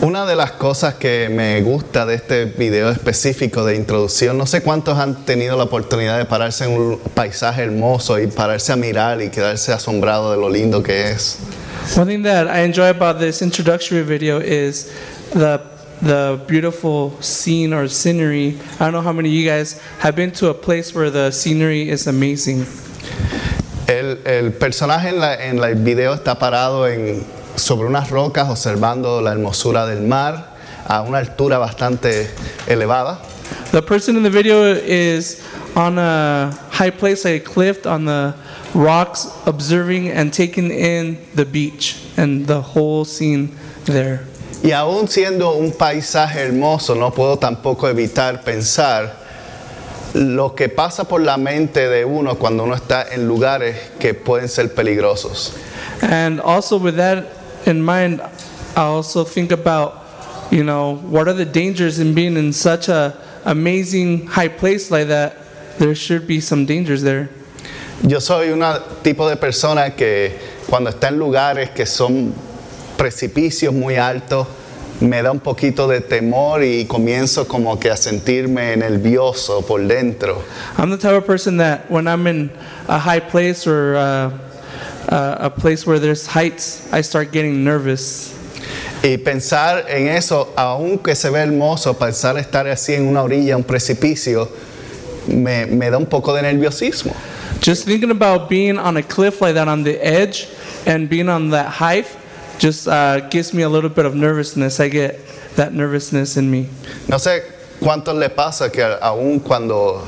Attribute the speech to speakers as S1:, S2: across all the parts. S1: Una de las cosas que me gusta de este video específico de introducción, no sé cuántos han tenido la oportunidad de pararse en un paisaje hermoso y pararse a mirar y quedarse asombrado de lo lindo que es.
S2: One thing that I enjoy about this introductory video is the the beautiful scene or scenery. I don't know how many of you guys have been to a place where the scenery is amazing.
S1: El, el personaje en, la- en la- el video está parado en- sobre unas rocas observando la hermosura del mar a una altura bastante elevada.
S2: The person in the video is on a high place like a cliff on the rocks observing and taking in the beach and the whole scene there.
S1: Y aún siendo un paisaje hermoso, no puedo tampoco evitar pensar lo que pasa por la mente de uno cuando uno está en lugares que pueden ser peligrosos.
S2: And also with that in mind, I also think about, you know, what are the dangers in being in such a amazing high place like that? There should be some dangers there.
S1: Yo soy un tipo de persona que cuando está en lugares que son precipicios muy altos, me da un poquito de temor y comienzo como que a sentirme nervioso por dentro.
S2: I'm the type of person that when I'm in a high place or uh, uh, a place where there's heights, I start getting nervous.
S1: Y pensar en eso, aunque se ve hermoso, pensar estar así en una orilla, un precipicio, me, me da un poco de nerviosismo.
S2: Just thinking about being on a cliff like that on the edge and being on that height just uh, gives me a little bit of nervousness. I get that nervousness in me.
S1: No sé cuántos le pasa que aún cuando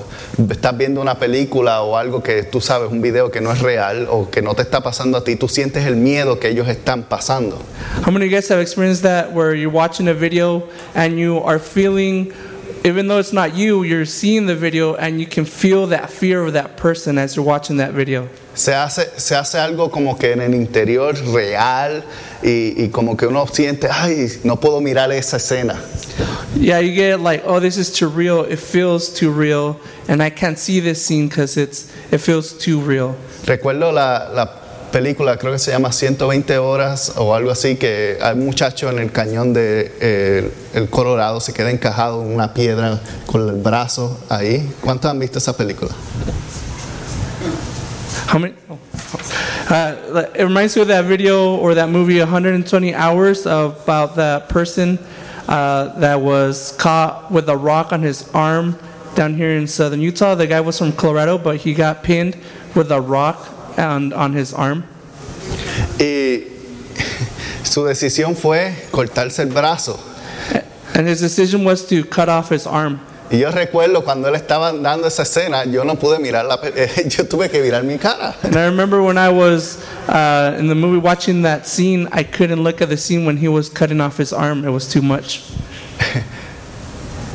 S1: estás viendo una película o algo que tú sabes, un video que no es real o que no te está pasando a ti, tú sientes el miedo que ellos están pasando.
S2: How many of you guys have experienced that where you're watching a video and you are feeling, even though it's not you, you're seeing the video and you can feel that fear of that person as you're watching that video?
S1: Se hace, se hace algo como que en el interior real y, y como que uno siente, ay, no puedo mirar esa escena.
S2: Yeah, you get like, oh, this is too real. It feels too real, and I can't see this scene because it's it feels too real.
S1: Recuerdo la, la película, creo que se llama 120 horas o algo así, que hay un muchacho en el cañón de eh, el Colorado se queda encajado en una piedra con el brazo ahí. ¿Cuántos han visto esa película?
S2: How many? oh. Uh, like, it reminds me of that video or that movie, 120 Hours, about that person uh, that was caught with a rock on his arm down here in southern Utah. The guy was from Colorado, but he got pinned with a rock on, on his arm.
S1: Y su decisión fue cortarse el brazo.
S2: And his decision was to cut off his arm.
S1: Y yo recuerdo cuando él estaba dando esa escena, yo no pude mirar la pe- yo tuve que mirar mi cara.
S2: And I remember when I was uh, in the movie watching that scene, I couldn't look at the scene when he was cutting off his arm. It was too much.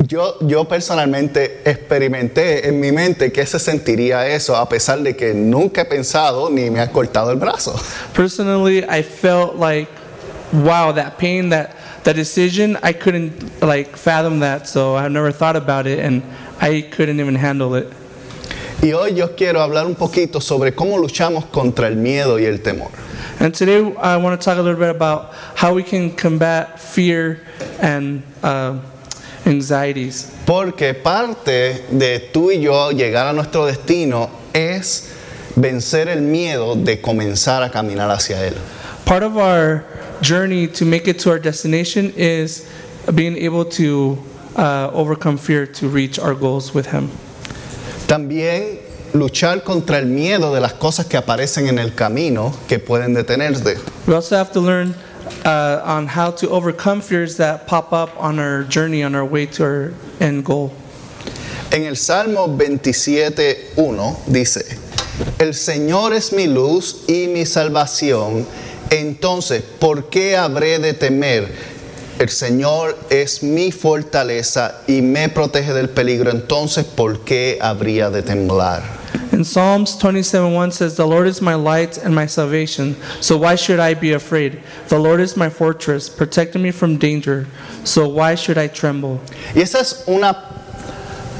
S1: Yo, yo personalmente experimenté en mi mente qué se sentiría eso, a pesar de que nunca he pensado ni me ha cortado el brazo.
S2: Personally, I felt like, wow, that pain, that, that decision, I couldn't like fathom that. So I've never thought about it, and I couldn't even handle it.
S1: Y hoy yo quiero hablar un poquito sobre cómo luchamos contra el miedo y el temor.
S2: And today, I want to talk a little bit about how we can combat fear and uh, anxieties.
S1: Porque parte de tú y yo llegar a nuestro destino es vencer el miedo de comenzar a caminar hacia él.
S2: Part of our journey to make it to our destination is being able to uh, overcome fear to reach our goals with Him.
S1: También luchar contra el miedo de las cosas que aparecen en el camino que pueden detenerte.
S2: We also have to learn uh, on how to overcome fears that pop up on our journey, on our way to our end goal.
S1: En el Salmo 27.1 dice, El Señor es mi luz y mi salvación, entonces, ¿por qué habré de temer? El Señor es mi fortaleza y me protege del peligro, entonces ¿por qué habría de temblar?
S2: And Psalms 27:1 says, "The Lord is my light and my salvation, so why should I be afraid? The Lord is my fortress, protecting me from danger, so why should I tremble?"
S1: Y esa es una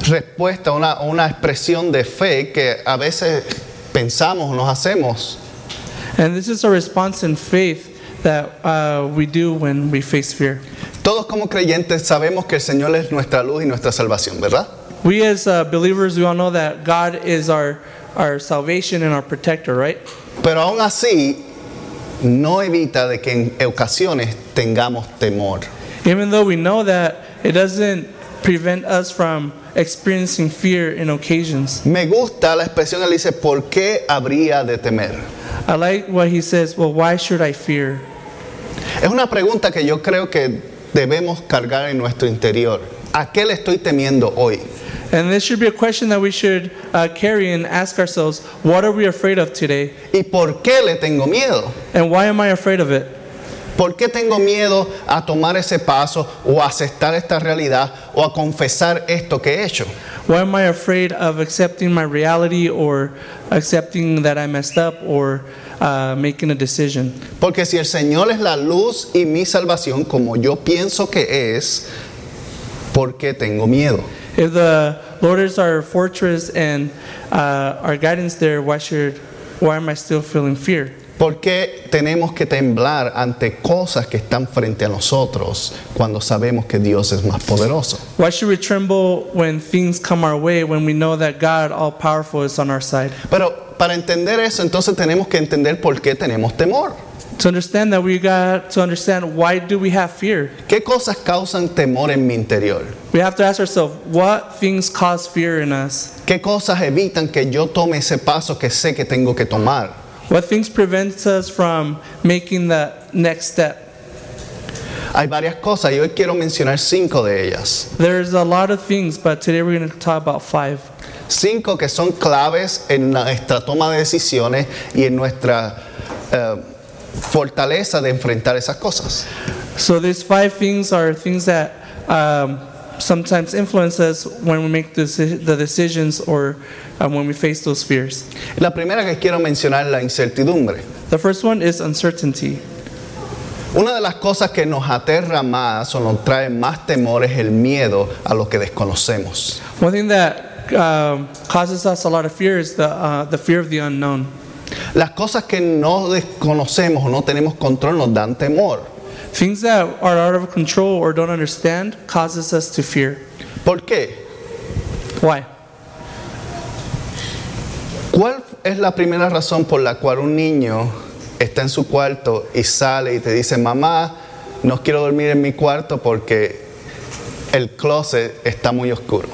S1: respuesta, una, una expresión de fe que a veces pensamos, nos hacemos.
S2: And this is a response in faith that uh, we do when we face fear.
S1: Todos como creyentes sabemos que el Señor es nuestra luz y nuestra salvación, ¿verdad?
S2: We as uh, believers, we all know that God is our our salvation and our protector, right?
S1: Pero aún así, no evita de que en ocasiones tengamos temor.
S2: Even though we know that it doesn't prevent us from experiencing fear in occasions.
S1: Me gusta la expresión, él dice, ¿por qué habría de temer?
S2: I like what he says, "Well, why should I fear?"
S1: Es una pregunta que yo creo que debemos cargar en nuestro interior. ¿A qué le estoy temiendo hoy?
S2: And this should be a question that we should uh, carry and ask ourselves, what are we afraid of today?
S1: ¿Y por qué le tengo miedo?
S2: And why am I afraid of it?
S1: ¿Por qué tengo miedo a tomar ese paso o a aceptar esta realidad o a confesar esto que he hecho?
S2: Why am I afraid of accepting my reality or accepting that I messed up or uh, making a decision?
S1: Porque si el Señor es la luz y mi salvación como yo pienso que es, ¿por qué tengo miedo?
S2: If the Lord is our fortress and uh, our guidance there, why should, why am I still feeling fear?
S1: ¿Por qué tenemos que temblar ante cosas que están frente a nosotros cuando sabemos que Dios es más poderoso?
S2: Why should we tremble when things come our way when we know that God, all powerful, is on our side?
S1: Pero para entender eso, entonces tenemos que entender por qué tenemos temor.
S2: To understand that, we got to understand why do we have fear.
S1: ¿Qué cosas causan temor en mi interior?
S2: We have to ask ourselves what things cause fear in us.
S1: ¿Qué cosas evitan que yo tome ese paso que sé que tengo que tomar?
S2: What things prevents us from making the next step?
S1: Hay varias cosas y hoy quiero mencionar cinco de ellas.
S2: There's a lot of things, but today we're going to talk about five.
S1: Cinco que son claves en nuestra toma de decisiones y en nuestra eh, fortaleza de enfrentar esas cosas.
S2: So these five things are things that um, sometimes influence us when we make deci- the decisions or um, when we face those fears.
S1: La primera que quiero mencionar es la incertidumbre.
S2: The first one is uncertainty.
S1: Una de las cosas que nos aterra más o nos trae más temor es el miedo a lo que desconocemos.
S2: One thing that um, causes us a lot of fear is the, uh, the fear of the unknown.
S1: Las cosas que no desconocemos o no tenemos control nos dan temor.
S2: Things that are out of control or don't understand causes us to fear.
S1: ¿Por qué?
S2: Why?
S1: ¿Cuál es la primera razón por la cual un niño está en su cuarto y sale y te dice, mamá, no quiero dormir en mi cuarto porque el closet está muy oscuro?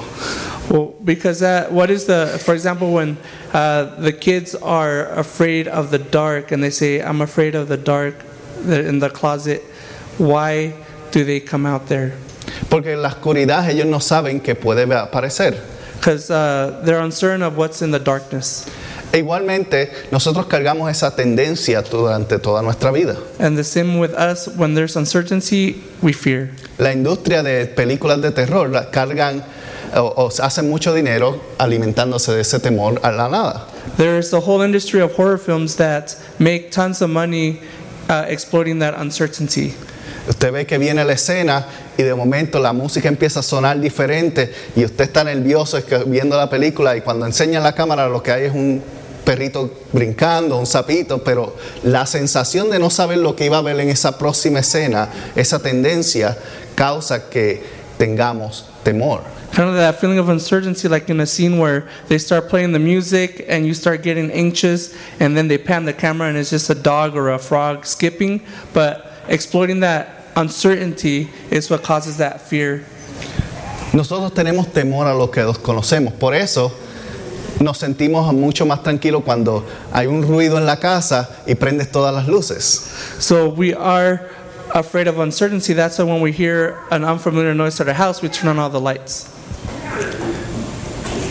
S2: Well, because that, what is the, for example, when uh, the kids are afraid of the dark and they say, I'm afraid of the dark, they're in the closet, why do they come out there?
S1: Porque en la oscuridad ellos no saben que puede aparecer.
S2: Because uh, they're uncertain of what's in the darkness.
S1: E igualmente, nosotros cargamos esa tendencia durante toda nuestra vida.
S2: And the same with us, when there's uncertainty, we fear.
S1: La industria de películas de terror la cargan o, o hacen mucho dinero alimentándose de ese temor a la nada.
S2: There's a whole industry of horror films that make tons of money uh, exploiting that uncertainty.
S1: Usted ve que viene la escena y de momento la música empieza a sonar diferente y usted está nervioso es que- viendo la película y cuando enseña la cámara lo que hay es un perrito brincando, un sapito, pero la sensación de no saber lo que iba a ver en esa próxima escena, esa tendencia causa que tengamos temor.
S2: Kind of that feeling of uncertainty, like in a scene where they start playing the music and you start getting anxious, and then they pan the camera and it's just a dog or a frog skipping. But exploiting that uncertainty is what causes that fear.
S1: Nosotros tenemos temor a lo que desconocemos, por eso nos sentimos mucho más tranquilos cuando hay un ruido en la casa y prendes todas las luces.
S2: So we are afraid of uncertainty. That's why when we hear an unfamiliar noise at our house, we turn on all the lights.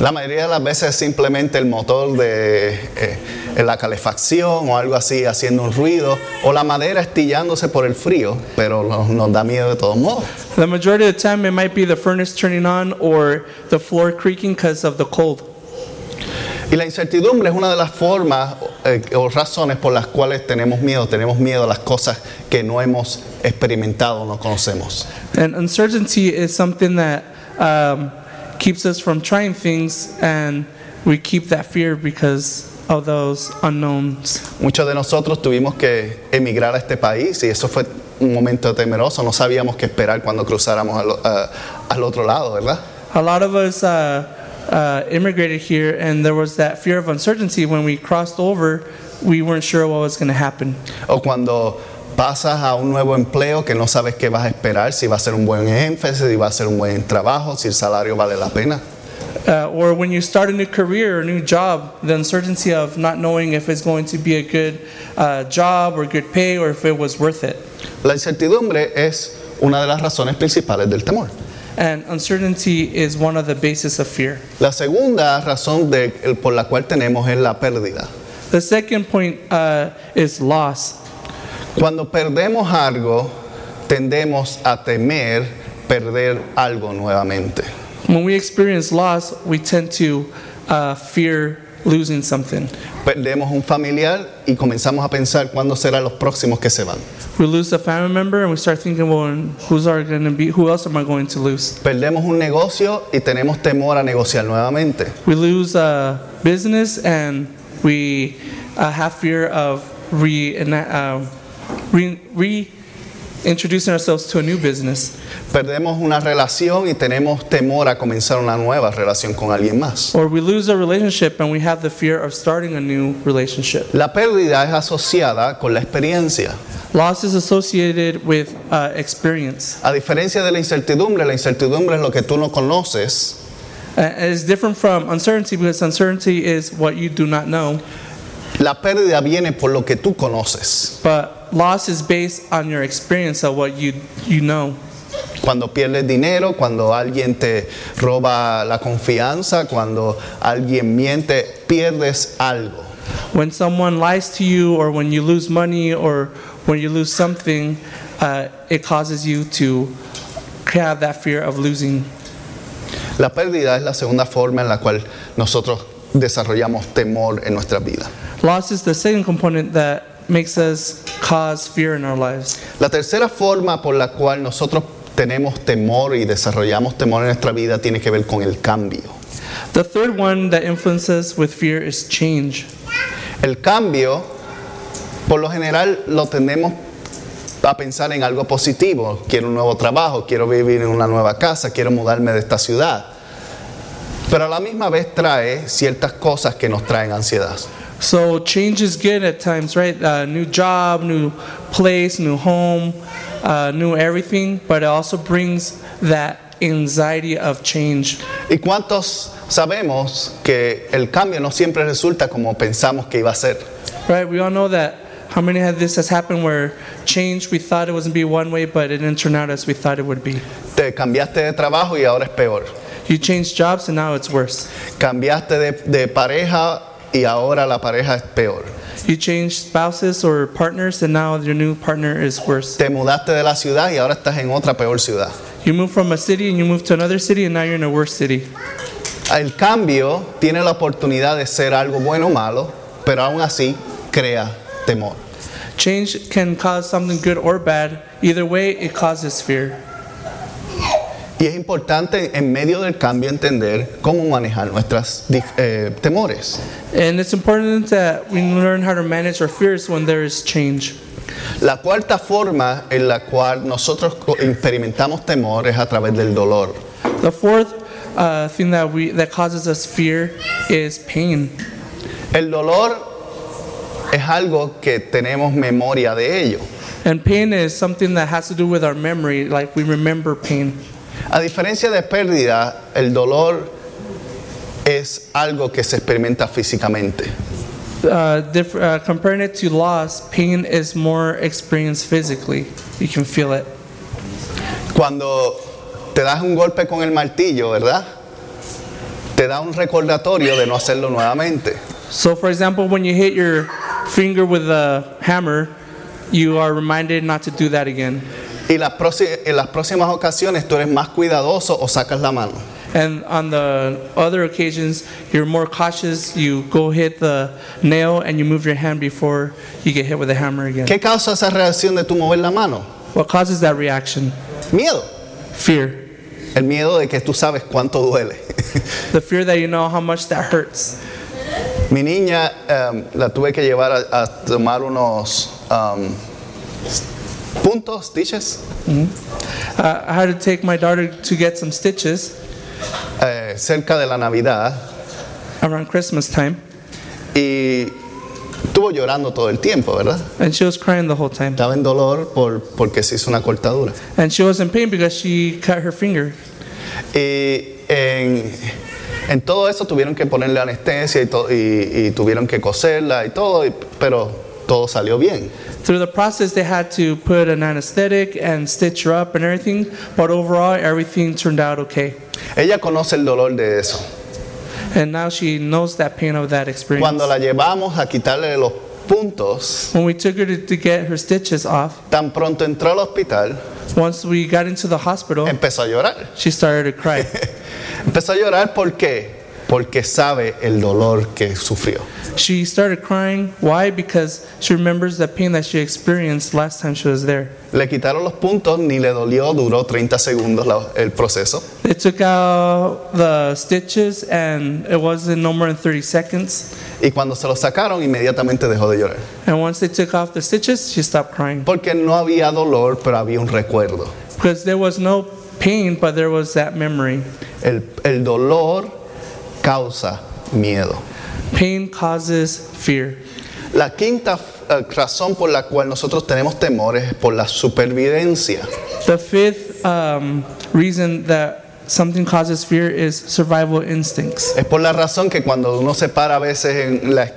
S1: La mayoría de las veces es simplemente el motor de eh, eh, la calefacción o algo así haciendo un ruido, o la madera estillándose por el frío, pero no- nos da miedo de todos modos.
S2: The majority of the time, it might be the furnace turning on or the floor creaking because of the cold.
S1: Y la incertidumbre es una de las formas eh, o razones por las cuales tenemos miedo. Tenemos miedo a las cosas que no hemos experimentado, no conocemos.
S2: And uncertainty is something that um, keeps us from trying things, and we keep that fear because of those unknowns.
S1: Muchos de nosotros tuvimos que emigrar a este país y eso fue un momento temeroso. No sabíamos qué esperar cuando cruzáramos al, a- al otro lado, ¿verdad?
S2: A lot of us uh, uh, immigrated here, and there was that fear of uncertainty when we crossed over. We weren't sure what was going to happen.
S1: O cuando pasas a un nuevo empleo que no sabes qué vas a esperar, si va a ser un buen énfasis, si va a ser un buen trabajo, si el salario vale la pena.
S2: Uh, or when you start a new career or new job, the uncertainty of not knowing if it's going to be a good uh, job or good pay or if it was worth it.
S1: La incertidumbre es una de las razones principales del temor.
S2: And uncertainty is one of the basis of fear.
S1: La segunda razón de- el- por la cual tenemos es la pérdida.
S2: The second point uh, is loss.
S1: Cuando perdemos algo, tendemos a temer perder algo nuevamente.
S2: When we experience loss, we tend to uh, fear losing something.
S1: Perdemos un familiar y comenzamos a pensar cuándo serán los próximos que se van.
S2: We lose a family member and we start thinking, well, and who's are going to be? Who else am I going to lose?
S1: Perdemos un negocio y tenemos temor a negociar nuevamente.
S2: We lose uh, business and we uh, have fear of re, uh, re, reintroducing ourselves to a new business,
S1: Perdemos una relación y tenemos temor a comenzar una nueva relación con alguien más.
S2: or we lose a relationship and we have the fear of starting a new relationship.
S1: La pérdida es asociada con la experiencia.
S2: Loss is associated with uh, experience.
S1: A diferencia de la incertidumbre, la incertidumbre es lo que tú no conoces
S2: Uh, and it's different from uncertainty because uncertainty is what you do not know,
S1: La pérdida viene por lo que tú conoces.
S2: but loss is based on your experience of what you, you know.
S1: Cuando pierdes dinero, cuando alguien te roba la confianza, cuando alguien miente, pierdes algo.
S2: When someone lies to you, or when you lose money, or when you lose something, uh, it causes you to have that fear of losing.
S1: La pérdida es la segunda forma en la cual nosotros desarrollamos temor en nuestra vida.
S2: Loss is the second component that makes us cause fear in our lives.
S1: La tercera forma por la cual nosotros tenemos temor y desarrollamos temor en nuestra vida tiene que ver con el cambio.
S2: The third one that influences with fear is change.
S1: El cambio, por lo general, lo tendemos a pensar en algo positivo. Quiero un nuevo trabajo, quiero vivir en una nueva casa, quiero mudarme de esta ciudad. Pero a la misma vez trae ciertas cosas que nos traen ansiedad.
S2: So change is good at times, right? Uh, new job, new place, new home, uh, new everything, but it also brings that anxiety of change.
S1: ¿Y cuántos sabemos que el cambio no siempre resulta como pensamos que iba a ser?
S2: Right? We all know that. How many had this has happened where change we thought it was gonna be one way, but it didn't turn out as we thought it would be.
S1: Te cambiaste de trabajo y ahora es peor.
S2: You change jobs and now it's worse.
S1: Cambiaste de, de pareja y ahora la pareja es peor.
S2: You change spouses or partners and now your new partner is worse.
S1: Te mudaste de la ciudad y ahora estás en otra peor ciudad.
S2: You move from a city and you move to another city and now you're in a worse city.
S1: El cambio tiene la oportunidad de ser algo bueno o malo, pero aún así crea temor.
S2: Change can cause something good or bad. Either way, it causes fear.
S1: Y es importante en medio del cambio entender cómo manejar nuestros temores.
S2: And it's important that we learn how to manage our fears when there is change.
S1: La cuarta forma en la cual nosotros co- experimentamos temor es a través del dolor.
S2: The fourth uh, thing that we that causes us fear is pain.
S1: El dolor es algo que tenemos memoria de ello.
S2: And pain is something that has to do with our memory, like we remember pain.
S1: A diferencia de pérdida, el dolor es algo que se experimenta físicamente.
S2: Uh, diff- uh, comparing it to loss, pain is more experienced physically. You can feel it.
S1: Cuando te das un golpe con el martillo, ¿verdad? Te da un recordatorio de no hacerlo nuevamente.
S2: So, for example, when you hit your finger with a hammer, you are reminded not to do that again.
S1: Y las, proxi- en las próximas ocasiones tú eres más cuidadoso o sacas la mano.
S2: And on the other occasions, you're more cautious. You go hit the nail and you move your hand before you get hit with a hammer again.
S1: ¿Qué causa esa reacción de tú mover la mano?
S2: What causes that reaction?
S1: Miedo.
S2: Fear.
S1: El miedo de que tú sabes cuánto duele.
S2: The fear that you know how much that hurts.
S1: Mi niña em, la tuve que llevar a, a tomar unos em, puntos, dices,
S2: Uh, I had to take my daughter to get some stitches
S1: eh, cerca de la Navidad
S2: around Christmas time,
S1: y estuvo llorando todo el tiempo, ¿verdad?
S2: and she was crying the whole time.
S1: Estaba en dolor por, porque se hizo una cortadura.
S2: And she was in pain because she cut her finger.
S1: Y en, en todo eso tuvieron que ponerle anestesia y, to- y- y tuvieron que coserla y todo, y- pero todo salió bien.
S2: Through the process, they had to put an anesthetic and stitch her up and everything, but overall, everything turned out okay.
S1: Ella conoce el dolor de eso.
S2: And now she knows that pain of that experience.
S1: Cuando la llevamos a quitarle los puntos,
S2: When we took her to, to get her stitches off,
S1: tan pronto entró al hospital,
S2: once we got into the hospital,
S1: empezó a llorar.
S2: she started to cry.
S1: Empezó a llorar ¿por qué? Porque sabe el dolor que sufrió.
S2: She started crying. Why? Because she remembers the pain that she experienced last time she was there.
S1: Le quitaron los puntos, ni le dolió, duró 30 segundos la- el proceso.
S2: They took out the stitches, and it wasn't no more than 30 seconds.
S1: Y cuando se los sacaron, inmediatamente dejó de llorar.
S2: And once they took off the stitches, she stopped crying.
S1: Porque no había dolor, pero había un recuerdo.
S2: Because there was no pain, but there was that memory.
S1: El, el dolor causa miedo.
S2: Pain causes fear.
S1: La quinta eh, razón por la cual nosotros tenemos temores es por la supervivencia.
S2: The fifth um, reason that something causes fear is survival instincts.
S1: Es por la razón que cuando uno se para a veces en la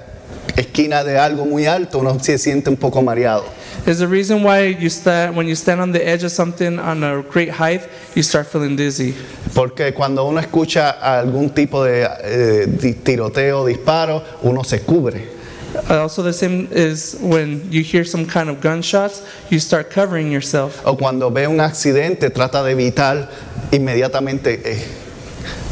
S1: esquina de algo muy alto, uno se siente un poco mareado.
S2: There's a reason why you stand, when you stand on the edge of something on a great height, you start feeling dizzy.
S1: Porque cuando uno escucha algún tipo de eh, di- tiroteo, disparo, uno se cubre.
S2: Uh, Also, the same is when you hear some kind of gunshots, you start covering yourself.
S1: O cuando ve un accidente, trata de evitar inmediatamente eh,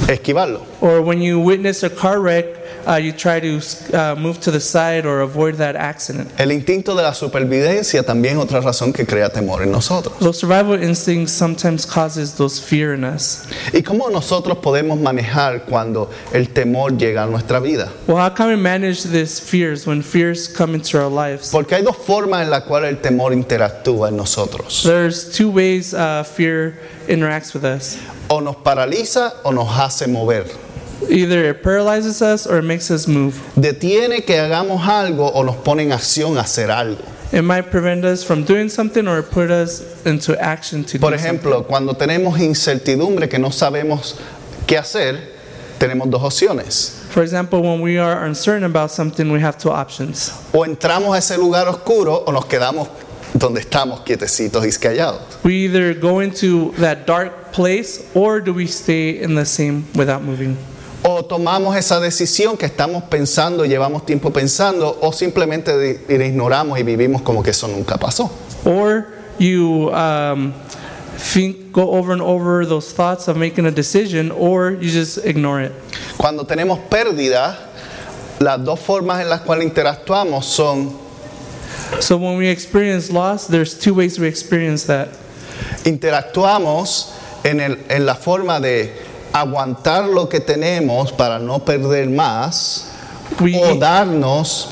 S1: esquivarlo.
S2: Or when you witness a car wreck, uh, you try to uh, move to the side or avoid that accident.
S1: El instinto de la supervivencia también es otra razón que crea temor en nosotros.
S2: Those survival instincts sometimes causes those fear in us.
S1: ¿Y cómo nosotros podemos manejar cuando el temor llega a nuestra vida?
S2: Well, how can we manage these fears when fears come into our lives?
S1: Porque hay dos formas en las cuales el temor interactúa en nosotros.
S2: There's two ways uh, fear interacts with us.
S1: O nos paraliza o nos hace mover.
S2: Either it paralyzes us or it makes us move.
S1: Detiene que hagamos algo o nos pone en acción a hacer algo.
S2: It might prevent us from doing something or put us into action to
S1: Por
S2: do something.
S1: ejemplo, cuando tenemos incertidumbre que no sabemos qué hacer, tenemos dos opciones.
S2: For example, when we are uncertain about something, we have two options.
S1: O entramos a ese lugar oscuro o nos quedamos donde estamos quietecitos y callados.
S2: We either go into that dark place or do we stay in the same without moving?
S1: O tomamos esa decisión que estamos pensando, llevamos tiempo pensando, o simplemente di- la ignoramos y vivimos como que eso nunca pasó.
S2: Or you um, think, go over and over those thoughts of making a decision, or you just ignore it.
S1: Cuando tenemos pérdida, las dos formas en las cuales interactuamos son
S2: So when we experience loss, there's two ways we experience that.
S1: interactuamos en, el- en la forma de aguantar lo que tenemos para no perder más,
S2: We,
S1: o darnos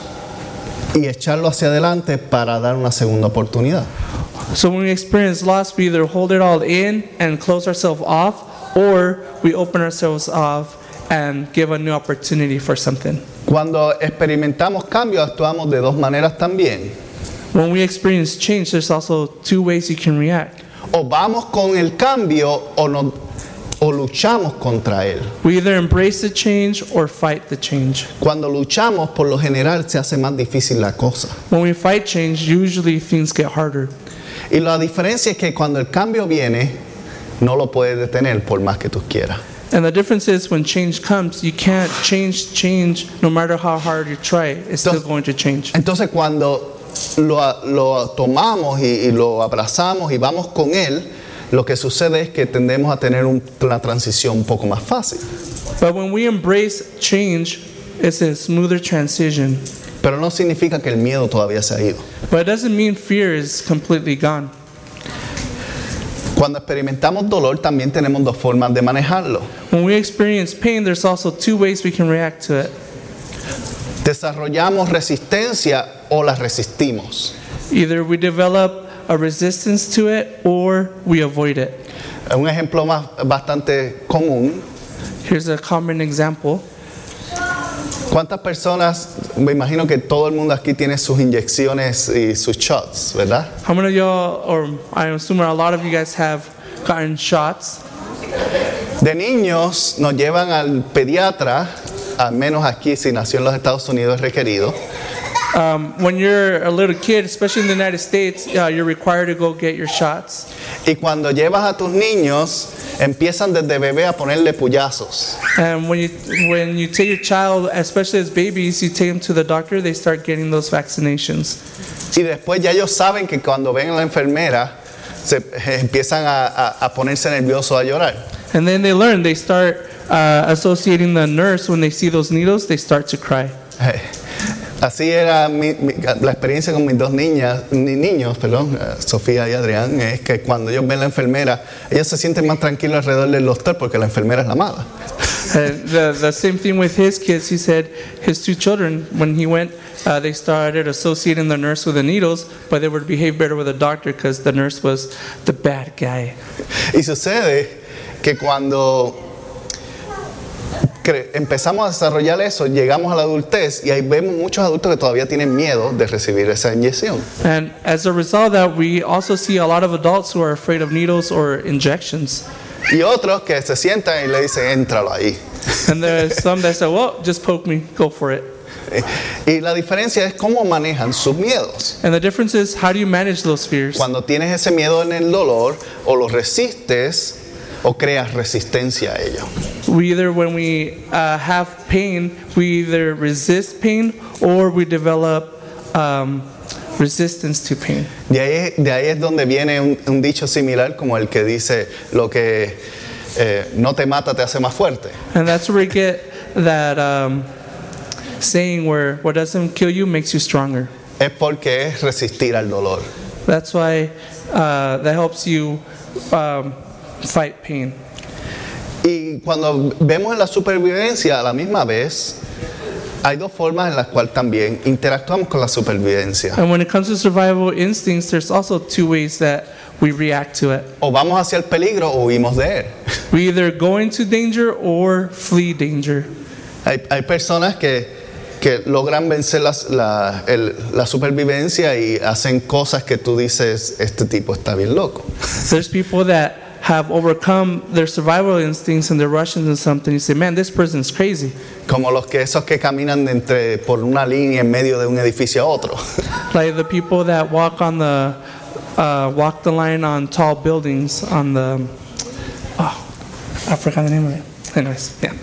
S1: y echarlo hacia adelante para dar una segunda oportunidad.
S2: so when we experience loss, we either hold it all in and close ourselves off, or we open ourselves off and give a new opportunity for something.
S1: Cuando experimentamos cambios, actuamos de dos maneras también.
S2: When we experience change, there's also two ways you can react.
S1: o vamos con el cambio o, no- o luchamos contra él.
S2: We either embrace the change or fight the change.
S1: Cuando luchamos, por lo general se hace más difícil la cosa.
S2: When we fight change, usually things get harder.
S1: Y la diferencia es que cuando el cambio viene, no lo puedes detener por más que tú quieras.
S2: And the difference is when change comes, you can't change change no matter how hard you try. It's still
S1: Entonces-
S2: going to change.
S1: Entonces cuando lo, a- lo tomamos y, y lo abrazamos y vamos con él, lo que sucede es que tendemos a tener un- una transición un poco más fácil.
S2: But when we embrace change, it's a smoother transition.
S1: Pero no significa que el miedo todavía se ha ido.
S2: But it doesn't mean fear is completely gone.
S1: Cuando experimentamos dolor también tenemos dos formas de manejarlo.
S2: When we experience pain, there's also two ways we can react to it.
S1: Desarrollamos resistencia o la resistimos.
S2: Either we develop a resistance to it or we avoid it.
S1: Un ejemplo más, bastante común.
S2: Here's a common example.
S1: ¿Cuántas personas, me imagino que todo el mundo aquí tiene sus inyecciones y sus shots, ¿verdad?
S2: How many of y'all, or I assume a lot of you guys, have gotten shots?
S1: De niños nos llevan al pediatra, al menos aquí si nació en los Estados Unidos es requerido.
S2: Um, when you're a little kid, especially in the United States, uh, you're required to go get your shots.
S1: Y cuando llevas a tus niños, empiezan desde bebé a ponerle puyazos.
S2: And when you when you take your child, especially as babies, you take them to the doctor. They start getting those vaccinations,
S1: Y después ya ellos saben que cuando ven a la enfermera, se empiezan a, a- a ponerse nerviosos, a llorar.
S2: and then they learn. They start uh, associating the nurse when they see those needles. They start to cry.
S1: Eh, Así era mi- mi- la experiencia con mis dos niñas, ni niños, perdón, eh, Sofía y Adrián, es que cuando ellos ven a la enfermera, ellos se sienten más tranquilos alrededor del doctor porque la enfermera es la amada.
S2: And Uh, the the same thing with his kids. He said his two children when he went. Uh, they started associating the nurse with the needles, but they would behave better with the doctor because the nurse was the bad guy.
S1: Y sucede que cuando cre- empezamos a desarrollar eso, llegamos a la adultez y ahí vemos muchos adultos que todavía tienen miedo de recibir esa inyección.
S2: And as a result of that, we also see a lot of adults who are afraid of needles or injections.
S1: Y otros que se sientan y le dicen, éntralo ahí.
S2: And there's some that say, well, just poke me, go for it.
S1: Eh, Y la diferencia es cómo manejan sus miedos.
S2: And the difference is, how do you manage those fears?
S1: Cuando tienes ese miedo en el dolor, o lo resistes o creas resistencia a ello.
S2: We either, when we uh, have pain, we either resist pain or we develop um, resistance to pain.
S1: De ahí, de ahí es donde viene un, un dicho similar como el que dice, lo que eh, no te mata te hace más fuerte.
S2: And that's where we get that um, saying where what doesn't kill you makes you stronger.
S1: Es porque es resistir al dolor.
S2: That's why uh, that helps you um, fight pain.
S1: Y cuando vemos en la supervivencia a la misma vez, hay dos formas en las cuales también interactuamos con la supervivencia.
S2: And when it comes to survival instincts, there's also two ways that we react to it.
S1: O vamos hacia el peligro o huimos de él.
S2: We either go into danger or flee danger.
S1: Hay, hay personas que, que logran vencer las- la, el- la supervivencia y hacen cosas que tú dices, este tipo está bien loco.
S2: There's people that have overcome their survival instincts and they're rushing into something. You say, man, this person's crazy.
S1: Como los que esos que caminan de entre, por una línea en medio de un edificio a otro.
S2: Like the people that walk on the uh, walk the line on tall buildings on the oh, I forgot the name of it. Anyways, yeah.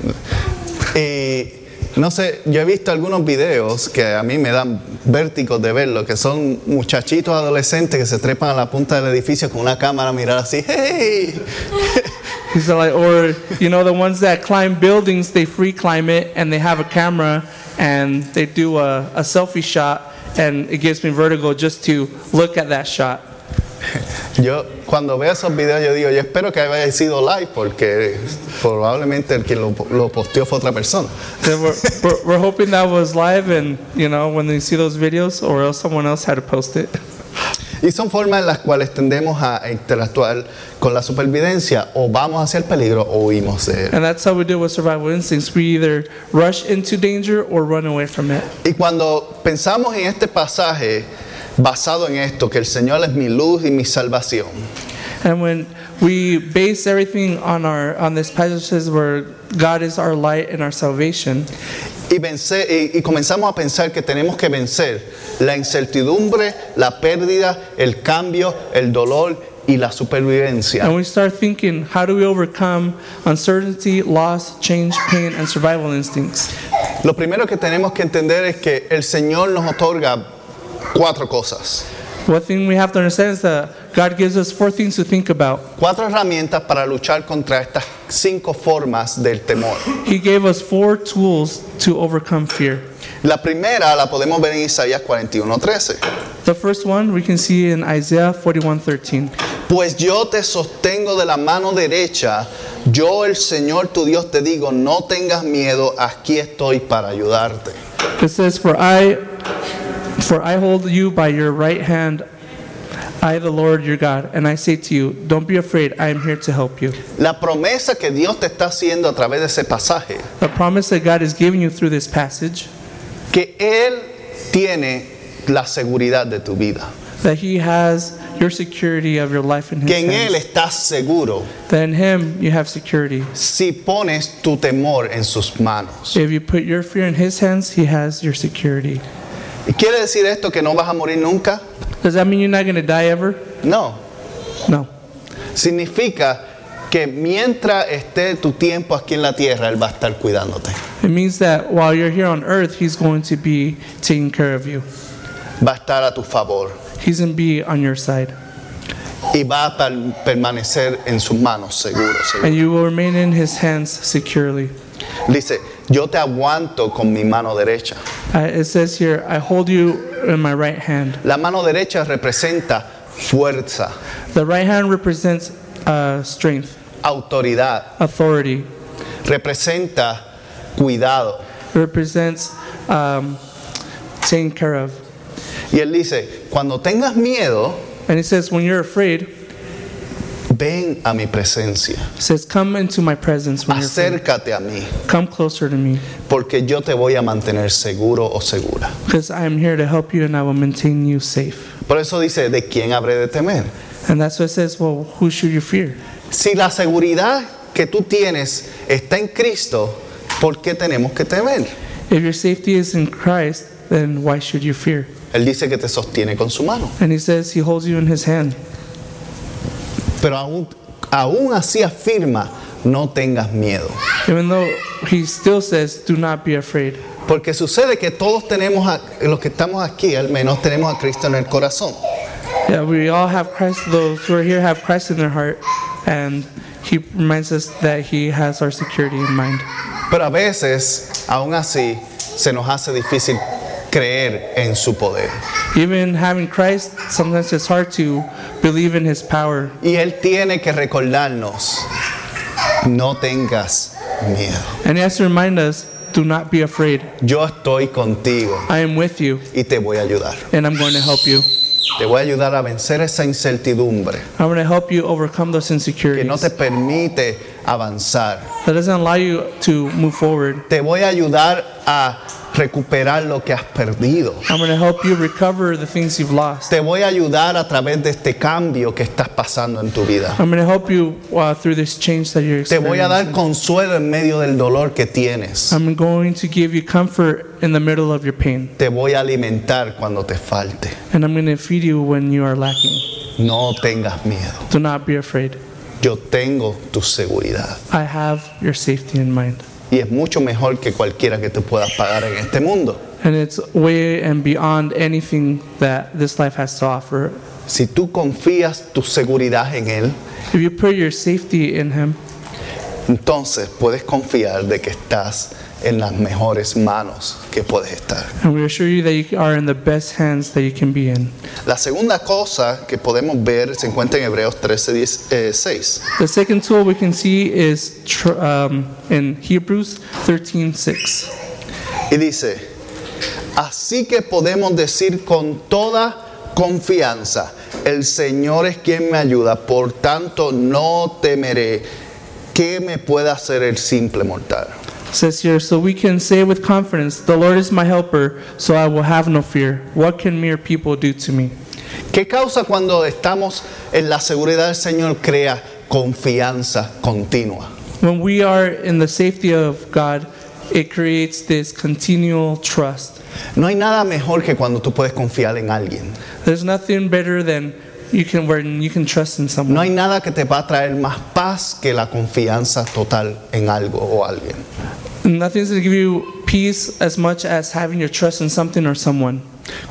S1: Y no sé, yo he visto algunos videos que a mí me dan vértigos de verlo, que son muchachitos adolescentes que se trepan a la punta del edificio con una cámara a mirar así, ¡hey!
S2: He's like, or you know, the ones that climb buildings, they free climb it and they have a camera and they do a, a selfie shot, and it gives me vertigo just to look at that shot.
S1: Yo cuando veo esos videos yo digo, yo espero que haya sido live porque probablemente el que lo, lo posteó fue otra persona.
S2: Then we're, we're, we're hoping that was live, and you know, when they see those videos, or else someone else had to post it.
S1: Y son formas en las cuales tendemos a interactuar con la supervivencia o vamos hacia el peligro o huimos de él.
S2: And that's how we deal with survival instincts. We either rush into danger or run away from it.
S1: Y cuando pensamos en este pasaje basado en esto, que el Señor es mi luz y mi salvación,
S2: And when we base everything on our on this passage says where God is our light and our salvation.
S1: y, vencer- y- y comenzamos a pensar que tenemos que vencer la incertidumbre, la pérdida, el cambio, el dolor y la supervivencia.
S2: And we start thinking, how do we overcome uncertainty, loss, change, pain, and survival instincts?
S1: Lo primero que tenemos que entender es que el Señor nos otorga cuatro cosas,
S2: One thing we have to understand is that God gives us four things to think about.
S1: cuatro herramientas para luchar contra estas cinco formas del temor.
S2: He gave us four tools to overcome fear.
S1: La primera la podemos ver en Isaías 41:13.
S2: The first one we can see in Isaiah 41:13.
S1: Pues yo te sostengo de la mano derecha, yo el Señor tu Dios te digo, no tengas miedo, aquí estoy para ayudarte.
S2: It says, "For I for I hold you by your right hand, I the Lord your God, and I say to you, don't be afraid, I am here to help you."
S1: La promesa que Dios te está haciendo a través de ese pasaje,
S2: The promise that God is giving you through this passage
S1: que Él tiene la seguridad de tu vida,
S2: that he has your security of your life in his
S1: que en Él
S2: hands.
S1: estás seguro
S2: That in him you have security.
S1: si pones tu temor en sus manos.
S2: If you put your fear in his hands, he has your security.
S1: ¿Y ¿Quiere decir esto que no vas a morir nunca?
S2: Does that mean you're not going to die ever?
S1: No,
S2: No.
S1: significa que mientras esté tu tiempo aquí en la tierra, Él va a estar cuidándote.
S2: It means that while you're here on earth, he's going to be taking care of you.
S1: va a estar a tu favor
S2: He's going to be on your side.
S1: y va a per- permanecer en sus manos, seguro, seguro.
S2: And you will remain in his hands securely.
S1: Dice, yo te aguanto con mi mano derecha.
S2: Uh, it says here, I hold you in my right hand.
S1: La mano derecha representa fuerza,
S2: The right hand represents uh, strength,
S1: autoridad,
S2: authority,
S1: representa cuidado.
S2: represents um, taking care of.
S1: Y él dice, cuando tengas miedo,
S2: And it says, when you're afraid, it
S1: ven a mi presencia,
S2: says, come into my presence. When you're afraid.
S1: acércate a mí,
S2: Come closer to me,
S1: porque yo te voy a mantener seguro o segura.
S2: because I am here to help you and I will maintain you safe.
S1: Por eso dice, ¿de quién habré de temer?
S2: And that's what it says, well, who should you fear?
S1: Si la seguridad que tú tienes está en Cristo, ¿por qué tenemos que temer?
S2: If your safety is in Christ, then why should you fear?
S1: Él dice que te sostiene con su mano.
S2: And he says he holds you in his hand.
S1: Pero aún, aún así afirma, no tengas miedo.
S2: Even though he still says, do not be afraid.
S1: Porque sucede que todos tenemos, a- los que estamos aquí, al menos tenemos a Cristo en el corazón.
S2: Yeah, we all have Christ, those who are here have Christ in their heart, and he reminds us that he has our security in mind.
S1: Pero a veces, aún así, se nos hace difícil creer en su poder.
S2: Even having Christ, sometimes it's hard to believe in his power.
S1: Y Él tiene que recordarnos, no tengas miedo.
S2: And he has to remind us do not be afraid.
S1: Yo estoy contigo
S2: I am with you,
S1: y te voy a ayudar.
S2: and I'm going to help you.
S1: Te voy a ayudar a vencer esa incertidumbre
S2: I'm going to help you overcome those
S1: que
S2: insecurities
S1: no te permite avanzar.
S2: that doesn't allow you to move forward.
S1: Te voy a ayudar a recuperar lo que has perdido.
S2: I'm going to help you recover the things you've lost.
S1: Te voy a ayudar a través de este cambio que estás pasando en tu vida.
S2: I'm going to help you uh, through this change that you're
S1: Te voy a
S2: experiencing.
S1: dar consuelo en medio del dolor que tienes.
S2: I'm going to give you comfort in the middle of your pain,
S1: Te voy a alimentar cuando te falte.
S2: and I'm going to feed you when you are lacking.
S1: No tengas miedo.
S2: Do not be afraid.
S1: Yo tengo tu seguridad.
S2: I have your safety in mind.
S1: Y es mucho mejor que cualquiera que tú puedas pagar en este mundo.
S2: And it's way and beyond anything that this life has to offer.
S1: Si tú confías tu seguridad en Él,
S2: If you put your safety in Him,
S1: Entonces puedes confiar de que estás en las mejores manos que puedes estar.
S2: and we assure you that you are in the best hands that you can be in.
S1: La segunda cosa que podemos ver se encuentra en Hebreos 13, 10, eh, 6.
S2: The second tool we can see is tr- um, in Hebrews 13:6.
S1: Y dice, así que podemos decir con toda confianza, el Señor es quien me ayuda, por tanto no temeré que me pueda hacer el simple mortal.
S2: It says here, so we can say with confidence, "The Lord is my helper, so I will have no fear. What can mere people do to me?"
S1: ¿Qué causa cuando estamos en la seguridad del Señor crea confianza continua?
S2: When we are in the safety of God, it creates this continual trust.
S1: No hay nada mejor que cuando tú puedes confiar en alguien.
S2: There's nothing better than you can where you can trust in someone.
S1: No hay nada que te va a traer más paz que la confianza total en algo o alguien.
S2: Nothing's going to give you peace as much as having your trust in something or someone.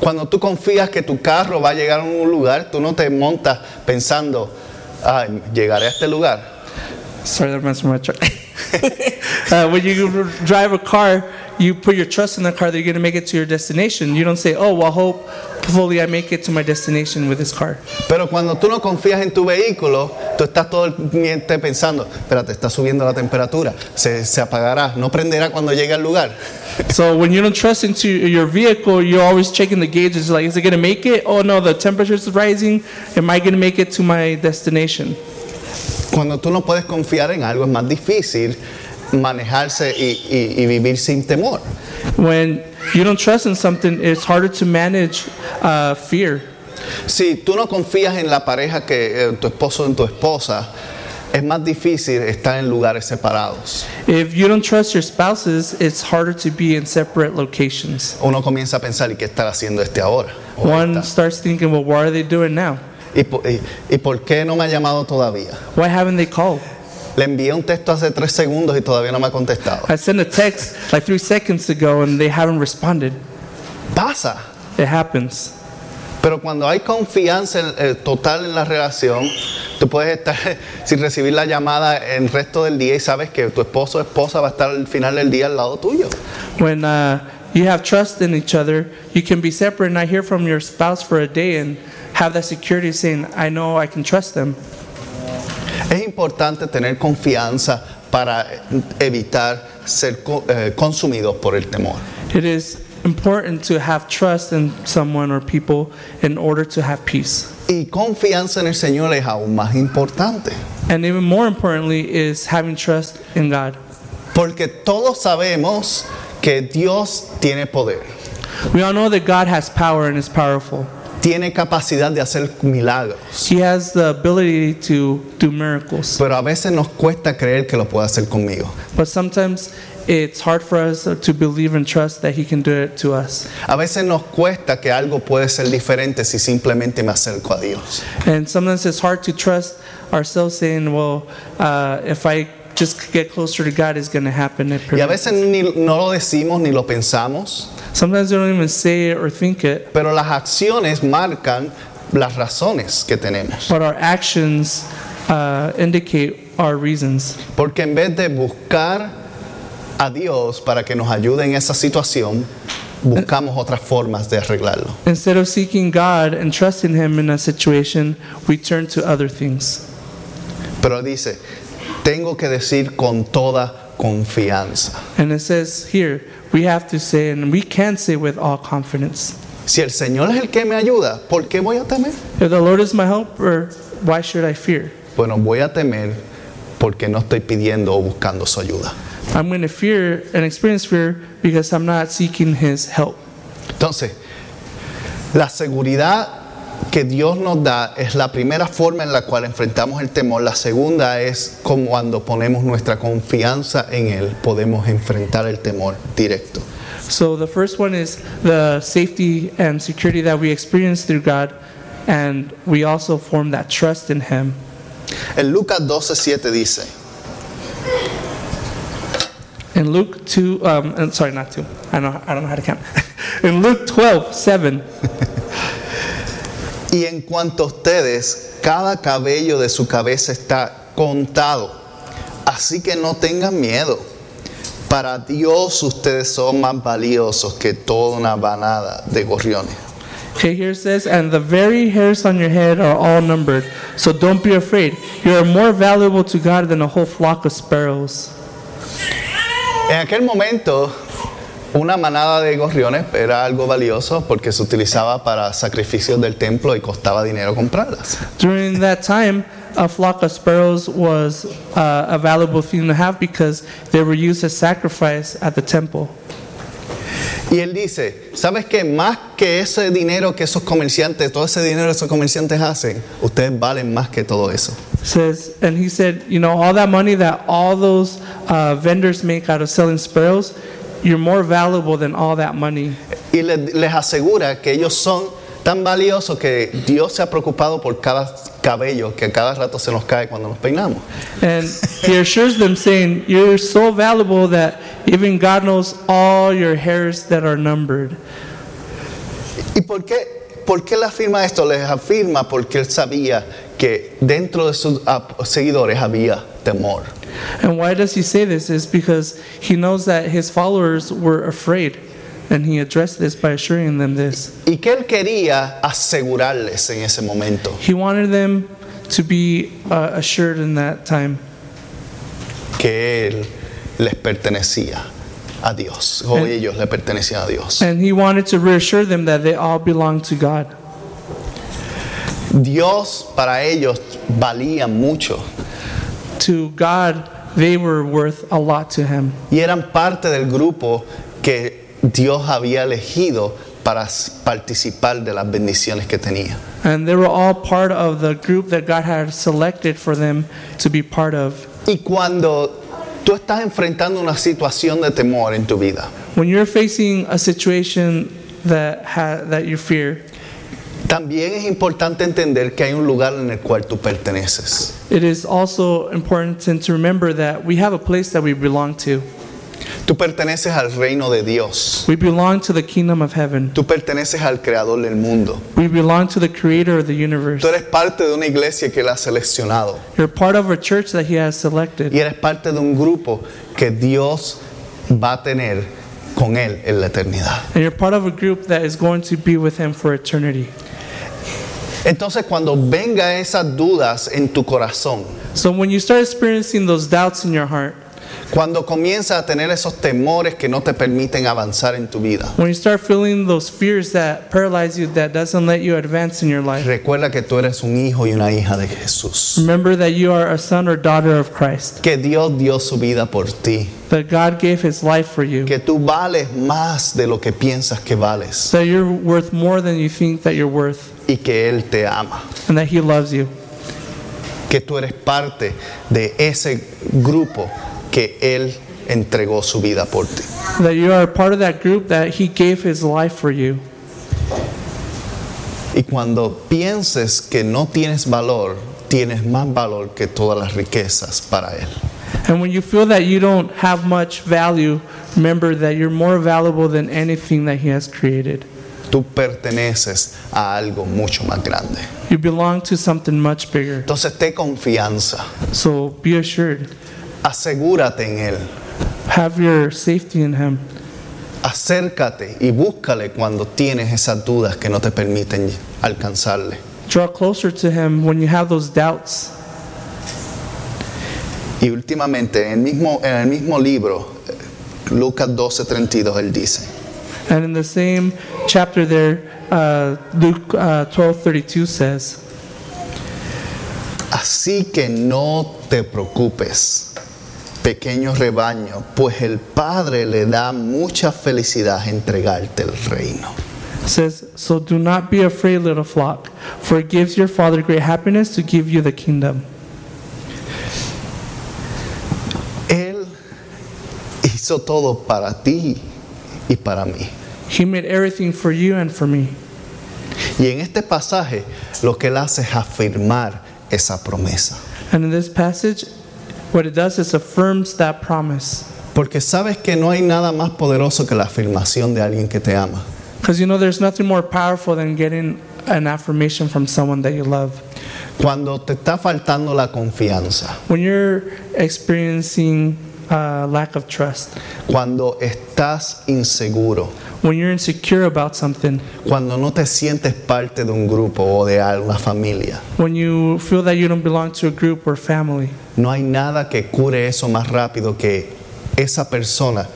S1: Cuando tú confías que tu carro va a llegar a un lugar, tú no te montas pensando, ay, llegaré a este lugar.
S2: Sorry, that reminds me of my truck. uh, when you drive a car, you put your trust in the car that you're going to make it to your destination. You don't say, "Oh, well, hopefully I make it to my destination with this car."
S1: Pero cuando tú no confías en tu vehículo, tú estás todo el tiempo pensando, espérate, está subiendo la temperatura, se, se apagará, no prenderá cuando llegue al lugar.
S2: So when you don't trust into your vehicle, you're always checking the gauges. Like, is it gonna make it? Oh no, the temperature's rising. Am I gonna make it to my destination?
S1: Cuando tú no puedes confiar en algo, es más difícil manejarse y, y- y vivir sin temor.
S2: When you don't trust in something, it's harder to manage uh, fear.
S1: Si tú no confías en la pareja que en tu esposo o en tu esposa, es más difícil estar en lugares separados.
S2: If you don't trust your spouses, it's harder to be in separate locations.
S1: Uno comienza a pensar, ¿y qué estará haciendo este ahora? O
S2: One
S1: esta.
S2: starts thinking, well, what are they doing now?
S1: ¿Y, po- y- y por qué no me ha llamado todavía?
S2: Why haven't they called?
S1: Le envié un texto hace tres segundos y todavía no me ha contestado.
S2: I sent a text like three seconds ago and they haven't responded.
S1: Pasa.
S2: It happens.
S1: Pero cuando hay confianza en- eh, total en la relación, tú puedes estar sin recibir la llamada el resto del día y sabes que tu esposo o esposa va a estar al final del día al lado tuyo.
S2: When uh, you have trust in each other, you can be separate and not hear from your spouse for a day and have that security saying, I know I can trust them.
S1: Es importante tener confianza para evitar ser co- eh, consumidos por el temor.
S2: It is important to have trust in someone or people in order to have peace.
S1: Y confianza en el Señor es aún más importante,
S2: And even more importantly, is having trust in God.
S1: porque todos sabemos que Dios tiene poder,
S2: We all know that God has power and is powerful.
S1: tiene capacidad de hacer milagros,
S2: He has the ability to do miracles.
S1: pero a veces nos cuesta creer que lo puede hacer conmigo.
S2: But sometimes it's hard for us to believe and trust that He can do it to us.
S1: A veces nos cuesta que algo puede ser diferente si simplemente me acerco a Dios.
S2: And sometimes it's hard to trust ourselves saying, well, uh, if I just get closer to God, it's going to happen. It
S1: Y a
S2: permits-
S1: veces ni, no lo decimos ni lo pensamos,
S2: sometimes we don't even say it or think it,
S1: pero las acciones marcan las razones que tenemos.
S2: but our actions uh, indicate our reasons.
S1: Porque en vez de buscar a Dios para que nos ayude en esa situación, buscamos otras formas de arreglarlo.
S2: Instead of seeking God and trusting Him in a situation, we turn to other things.
S1: Pero dice, tengo que decir con toda confianza.
S2: And it says here, we have to say, and we can say with all confidence,
S1: Si el Señor es el que me ayuda, ¿por qué voy a temer?
S2: if the Lord is my helper, why should I fear?
S1: Bueno, voy a temer porque no estoy pidiendo o buscando su ayuda.
S2: I'm going to fear and experience fear because I'm not seeking His help.
S1: Entonces, la seguridad que Dios nos da es la primera forma en la cual enfrentamos el temor. La segunda es como cuando ponemos nuestra confianza en Él, podemos enfrentar el temor directo.
S2: So the first one is the safety and security that we experience through God, and we also form that trust in Him.
S1: En Lucas 12:7 dice,
S2: In Luke 2, um, and sorry, not 2. I don't, I don't know how to count. In Luke 12, 7,
S1: y en cuanto a ustedes, cada cabello de su cabeza está contado, así que no tengan miedo. Para Dios ustedes son más valiosos que toda una banada de gorriones.
S2: okay, here it says, And the very hairs on your head are all numbered, so don't be afraid. You are more valuable to God than a whole flock of sparrows.
S1: En aquel momento, una manada de gorriones era algo valioso porque se utilizaba para sacrificios del templo y costaba dinero comprarlas.
S2: During that time, a flock of sparrows was uh, a valuable thing to have because they were used as sacrifice at the temple.
S1: Y él dice, ¿sabes qué? Más que ese dinero que esos comerciantes, todo ese dinero que esos comerciantes hacen, ustedes valen más que todo eso.
S2: Says, and he said, you know, all that money that all those uh, vendors make out of selling sparrows, you're more valuable than all that money.
S1: Y les, les asegura que ellos son tan valioso que Dios se ha preocupado por cada cabello que a cada rato se nos cae cuando nos peinamos.
S2: And he assures them, saying, You're so valuable that even God knows all your hairs that are numbered.
S1: ¿Y por qué, por qué le afirma esto? Les afirma porque él sabía que dentro de sus ap- seguidores había temor.
S2: And why does he say this? Is because he knows that his followers were afraid. And he addressed this by assuring them this.
S1: Y que él quería asegurarles en ese momento
S2: He wanted them to be uh, assured in that time
S1: que él les pertenecía a Dios, o ellos le pertenecían a Dios.
S2: And he wanted to reassure them that they all belong to God.
S1: Dios para ellos valía mucho
S2: To God, they were worth a lot to him.
S1: y eran parte del grupo que Dios había elegido para s- participar de las bendiciones que tenía.
S2: And they were all part of the group that God had selected for them to be part of.
S1: Y cuando tú estás enfrentando una situación de temor en tu vida,
S2: When you're facing a situation that, ha- that you fear,
S1: también es importante entender que hay un lugar en el cual tú perteneces.
S2: it is also important to, to remember that we have a place that we belong to.
S1: Tú perteneces al reino de Dios.
S2: We belong to the kingdom of heaven.
S1: Tú perteneces al creador del mundo.
S2: We belong to the creator of the universe.
S1: Tú eres parte de una iglesia que él ha seleccionado.
S2: You're part of a church that he has selected.
S1: Y eres parte de un grupo que Dios va a tener con él en la eternidad.
S2: And you're part of a group that is going to be with him for eternity.
S1: Entonces cuando venga esas dudas en tu corazón,
S2: So when you start experiencing those doubts in your heart,
S1: cuando comienzas a tener esos temores que no te permiten avanzar en tu vida,
S2: when you start feeling those fears that paralyze you, that doesn't let you advance in your life,
S1: recuerda que tú eres un hijo y una hija de Jesús.
S2: remember that you are a son or daughter of Christ,
S1: Que Dios dio su vida por ti.
S2: that God gave his life for you,
S1: Que tú vales más de lo que piensas que vales.
S2: that you're worth more than you think that you're worth,
S1: Y que Él te ama.
S2: and that he loves you,
S1: Que tú eres parte de ese grupo que Él entregó su vida por ti.
S2: that you are a part of that group that he gave his life for you.
S1: Y cuando pienses que no tienes valor, tienes más valor que todas las riquezas para Él.
S2: And when you feel that you don't have much value, remember that you're more valuable than anything that he has created.
S1: Tú perteneces a algo mucho más grande.
S2: You belong to something much bigger.
S1: Entonces, ten confianza.
S2: So be assured.
S1: Asegúrate en Él.
S2: Have your safety in Him.
S1: Acércate y búscale cuando tienes esas dudas que no te permiten alcanzarle.
S2: Draw closer to Him when you have those doubts.
S1: Y últimamente, en el mismo, en el mismo libro, eh, Lucas 12:32, él dice,
S2: And in the same chapter there, uh, Luke uh, 12:32 says,
S1: así que no te preocupes, pequeño rebaño, pues el Padre le da mucha felicidad entregarte el reino.
S2: says, "So do not be afraid, little flock, for it gives your Father great happiness to give you the kingdom."
S1: Él hizo todo para ti y para mí.
S2: He made everything for you and for me.
S1: Y en este pasaje lo que él hace es afirmar esa promesa.
S2: And in this passage, what it does is affirms that promise.
S1: Porque sabes que no hay nada más poderoso que la afirmación de alguien que te ama.
S2: Because you know, there's nothing more powerful than getting an affirmation from someone that you love.
S1: Cuando te está faltando la confianza,
S2: When you're experiencing uh, lack of trust,
S1: cuando estás inseguro,
S2: when you're insecure about something,
S1: cuando no te sientes parte de un grupo o de una familia,
S2: when you feel that you don't belong to a group or family,
S1: no hay nada que cure eso más rápido que esa persona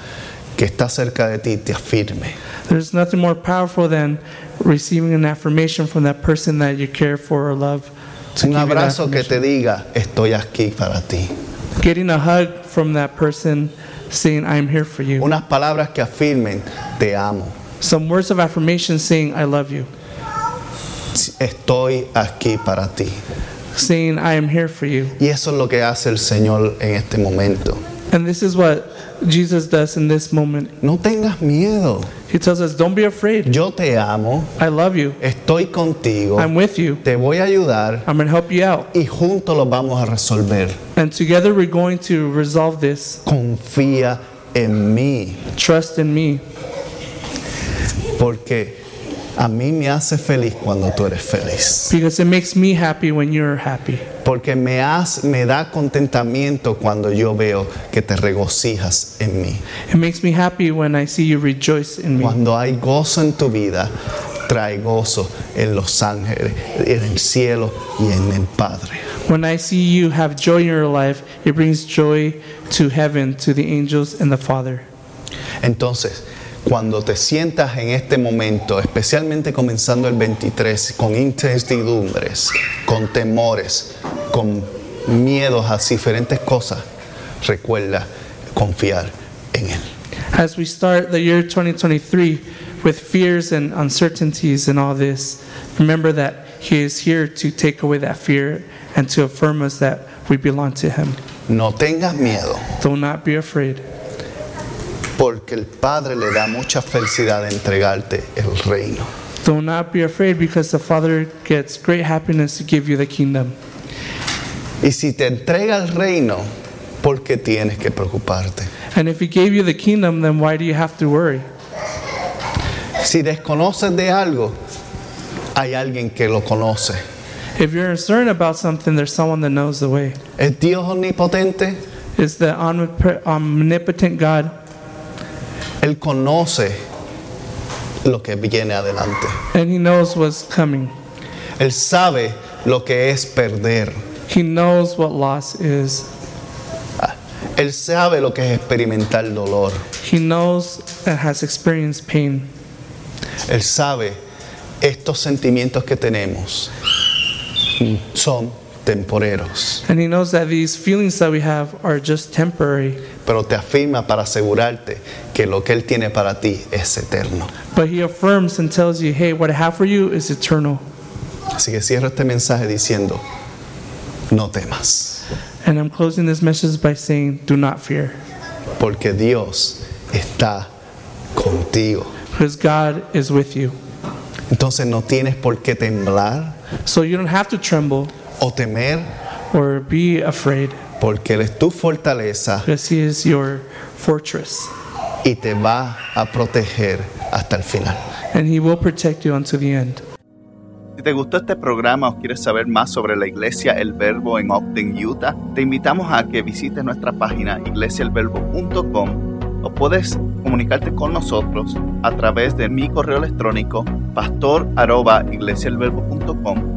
S1: que está cerca de ti te afirme.
S2: there's nothing more powerful than receiving an affirmation from that person that you care for or love. To
S1: Un
S2: give you that
S1: abrazo que te
S2: affirmation.
S1: diga, estoy aquí para ti.
S2: Getting a hug from that person saying, I am here for you.
S1: Unas palabras que afirmen, te amo,
S2: Some words of affirmation saying, I love you.
S1: estoy aquí para ti.
S2: Saying, I am here for you.
S1: Y eso es lo que hace el Señor en este momento.
S2: And this is what Jesus does in this moment.
S1: No tengas miedo.
S2: He tells us, Don't be afraid.
S1: Yo te amo.
S2: I love you.
S1: Estoy contigo.
S2: I'm with you.
S1: Te voy a ayudar.
S2: I'm going to help you out.
S1: Y juntos lo vamos a resolver.
S2: And together we're going to resolve this.
S1: Confía en mí.
S2: Trust in me
S1: Porque a mí me hace feliz cuando tú eres feliz.
S2: because it makes me happy when you're happy.
S1: Porque me, has- me da contentamiento cuando yo veo que te regocijas en mí.
S2: It makes me happy when I see you rejoice in me.
S1: Cuando hay gozo en tu vida, trae gozo en los ángeles, en el cielo y en el Padre.
S2: When I see you have joy in your life, it brings joy to heaven, to the angels and the Father.
S1: Entonces, cuando te sientas en este momento, especialmente comenzando el 23, con incertidumbres, con temores, con miedos a diferentes cosas, recuerda confiar en Él.
S2: As we start the year 2023 with fears and uncertainties and all this, remember that He is here to take away that fear and to affirm us that we belong to Him.
S1: No tengas miedo,
S2: Do not be afraid,
S1: porque el Padre le da mucha felicidad de entregarte el reino.
S2: Do not be afraid because the Father gets great happiness to give you the kingdom.
S1: Y si te entrega el reino, ¿por qué tienes que preocuparte?
S2: And if He gave you the kingdom, then why do you have to worry?
S1: Si desconoces de algo, hay alguien que lo conoce.
S2: If you're concerned about something, there's someone that knows the way.
S1: ¿Es Dios omnipotente?
S2: It's the omnip- omnipotent God,
S1: Él conoce lo que viene adelante.
S2: and He knows what's coming.
S1: Él sabe lo que es perder.
S2: He knows what loss is.
S1: Él sabe lo que es experimentar dolor.
S2: He knows and has experienced pain.
S1: Él sabe estos sentimientos que tenemos son temporeros,
S2: And he knows that these feelings that we have are just temporary.
S1: pero te afirma para asegurarte que lo que Él tiene para ti es eterno.
S2: But he affirms and tells you, hey, what I have for you is eternal.
S1: Así que cierro este mensaje diciendo, no temas,
S2: And I'm closing this message by saying, do not fear,
S1: porque Dios está contigo.
S2: because God is with you.
S1: Entonces no tienes por qué temblar
S2: So you don't have to tremble
S1: o temer,
S2: or be afraid,
S1: porque Él es tu fortaleza
S2: because he is your fortress,
S1: y te va a proteger hasta el final.
S2: and he will protect you unto the end.
S3: Si te gustó este programa o quieres saber más sobre la Iglesia El Verbo en Ogden, Utah, te invitamos a que visites nuestra página iglesiaelverbo.com o puedes comunicarte con nosotros a través de mi correo electrónico pastor@iglesiaelverbo.com.